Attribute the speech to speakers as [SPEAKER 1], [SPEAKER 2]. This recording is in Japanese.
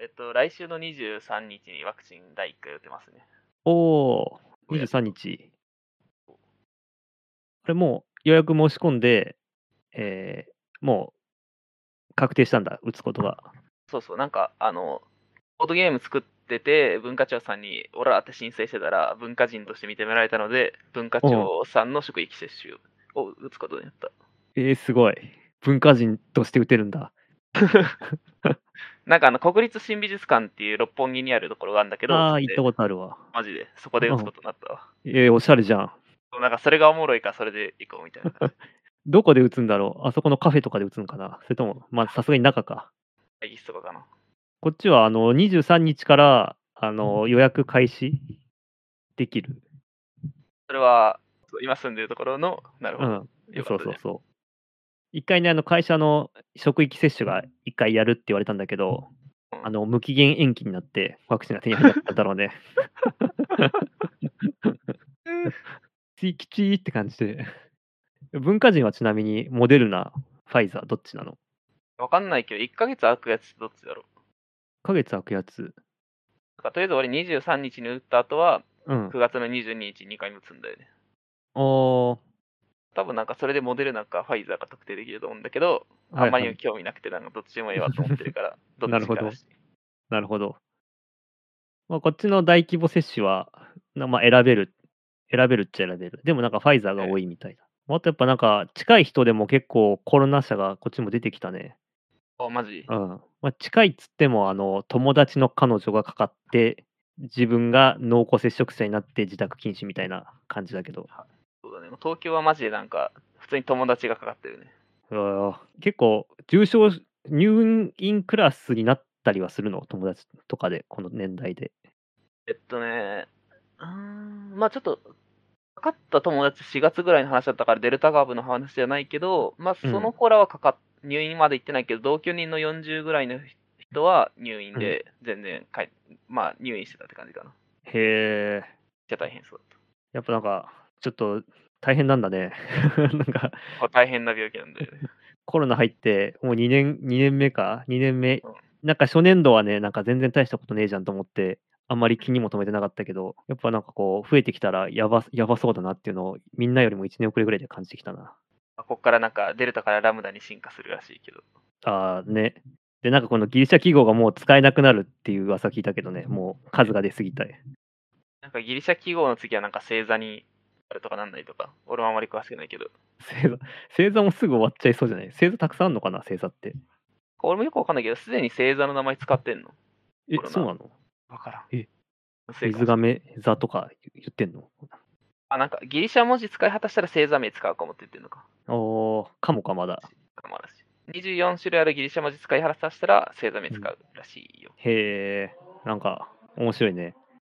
[SPEAKER 1] えっと、来週の23日にワクチン第1回打てますね。
[SPEAKER 2] おお、23日。あれもう予約申し込んで、えーもう確定したんだ、打つことが。
[SPEAKER 1] そうそう、なんか、あの、ボードゲーム作ってて、文化庁さんに、オラって申請してたら、文化人として認められたので、文化庁さんの職域接種を打つことになった。
[SPEAKER 2] えー、すごい。文化人として打てるんだ。
[SPEAKER 1] なんか、あの、国立新美術館っていう六本木にあるところがあるんだけど、
[SPEAKER 2] ああ、
[SPEAKER 1] そこで
[SPEAKER 2] 行ったことあるわ。
[SPEAKER 1] マジで、そこで打つことになったわ。
[SPEAKER 2] えー、おしゃれじゃん。
[SPEAKER 1] なんか、それがおもろいから、それで行こうみた いな感じ。
[SPEAKER 2] どこで打つんだろうあそこのカフェとかで打つのかなそれとも、まあ、さすがに中か。
[SPEAKER 1] 会議室とかかな。
[SPEAKER 2] こっちはあの23日からあの予約開始できる。
[SPEAKER 1] それは、今住んでるところの、なるほ
[SPEAKER 2] う
[SPEAKER 1] ど。
[SPEAKER 2] ん。
[SPEAKER 1] よか
[SPEAKER 2] そ
[SPEAKER 1] っ
[SPEAKER 2] う
[SPEAKER 1] た
[SPEAKER 2] そう
[SPEAKER 1] ね
[SPEAKER 2] そう。一回ね、あの会社の職域接種が一回やるって言われたんだけど、
[SPEAKER 1] うん
[SPEAKER 2] あの無期限延期になってワクチンが手に入らなかったんだろ うね。きちーって感じで。文化人はちなみにモデルナ、ファイザー、どっちなの
[SPEAKER 1] わかんないけど、1ヶ月空くやつってどっちだろう。
[SPEAKER 2] 1ヶ月空くやつ。
[SPEAKER 1] なんかとりあえず俺23日に打った後は、
[SPEAKER 2] うん。あ
[SPEAKER 1] 9月の22日に2回目打つんだよね。
[SPEAKER 2] ー
[SPEAKER 1] 多分なんかそれでモデルナかファイザーか特定できると思うんだけど、
[SPEAKER 2] はいはい
[SPEAKER 1] あんまりにも興味なくて、なんかどっちでもいいわと思ってる から、どっちか
[SPEAKER 2] なるほど
[SPEAKER 1] だし
[SPEAKER 2] なるほど。まあ、こっちの大規模接種は、なまあ、選べる、選べるっちゃ選べる。でもなんかファイザーが多いみたいだ。あとやっぱなんか近い人でも結構コロナ者がこっちも出てきたね。
[SPEAKER 1] あ、マジ
[SPEAKER 2] うん。まあ、近いっつっても、あの、友達の彼女がかかって、自分が濃厚接触者になって自宅禁止みたいな感じだけど、
[SPEAKER 1] そうだね。もう東京はマジでなんか、普通に友達がかかってるね。
[SPEAKER 2] うわー結構重症入院クラスになったりはするの友達とかで、この年代で。
[SPEAKER 1] えっとね、うーん、まあちょっと、かかった友達4月ぐらいの話だったから、デルタ株の話じゃないけど、まあ
[SPEAKER 2] うん
[SPEAKER 1] その子らはかかっ、入院まで行ってないけど、同居人の40ぐらいの人は入院で、全然かい、まあ入院してたって感じかな。めっ
[SPEAKER 2] へえ。
[SPEAKER 1] ちゃ大変そうだ
[SPEAKER 2] やっぱなんか、ちょっと大変なんだね。 なんか、
[SPEAKER 1] った。これ大変な病気なんだよね。
[SPEAKER 2] コロナ入って、もう2年、2年目か、2年目
[SPEAKER 1] うん。
[SPEAKER 2] なんか初年度はね、なんか全然大したことねえじゃんと思って、あんまり気にも留めてなかったけど、やっぱなんかこう、増えてきたらやば、やばそうだなっていうのを、みんなよりも1年遅れぐらいで感じてきたな。
[SPEAKER 1] まあこっからなんか、デルタからラムダに進化するらしいけど。
[SPEAKER 2] あーね。で、なんかこのギリシャ記号がもう使えなくなるっていう噂聞いたけどね、もう数が出すぎた。
[SPEAKER 1] なんかギリシャ記号の次はなんか星座にあるとかなんないとか、俺はあまり詳しくないけど。
[SPEAKER 2] 星座、星座もすぐ終わっちゃいそうじゃない星座たくさんあるのかな星座って。
[SPEAKER 1] 俺もよくわかんないけど、すでに星座の名前使ってんの
[SPEAKER 2] え
[SPEAKER 1] コロ、ナ
[SPEAKER 2] そうなの
[SPEAKER 1] わからん。
[SPEAKER 2] え
[SPEAKER 1] のせいか
[SPEAKER 2] 水亀座とか言ってんの
[SPEAKER 1] あ、なんかギリシャ文字使い果たしたら星座名使うかもって言ってるのか。
[SPEAKER 2] おー、かもかまだ。
[SPEAKER 1] かもらしい。24種類あるギリシャ文字使い果たしたら星座名使うらしいよ。
[SPEAKER 2] へえ、なんか面白いね。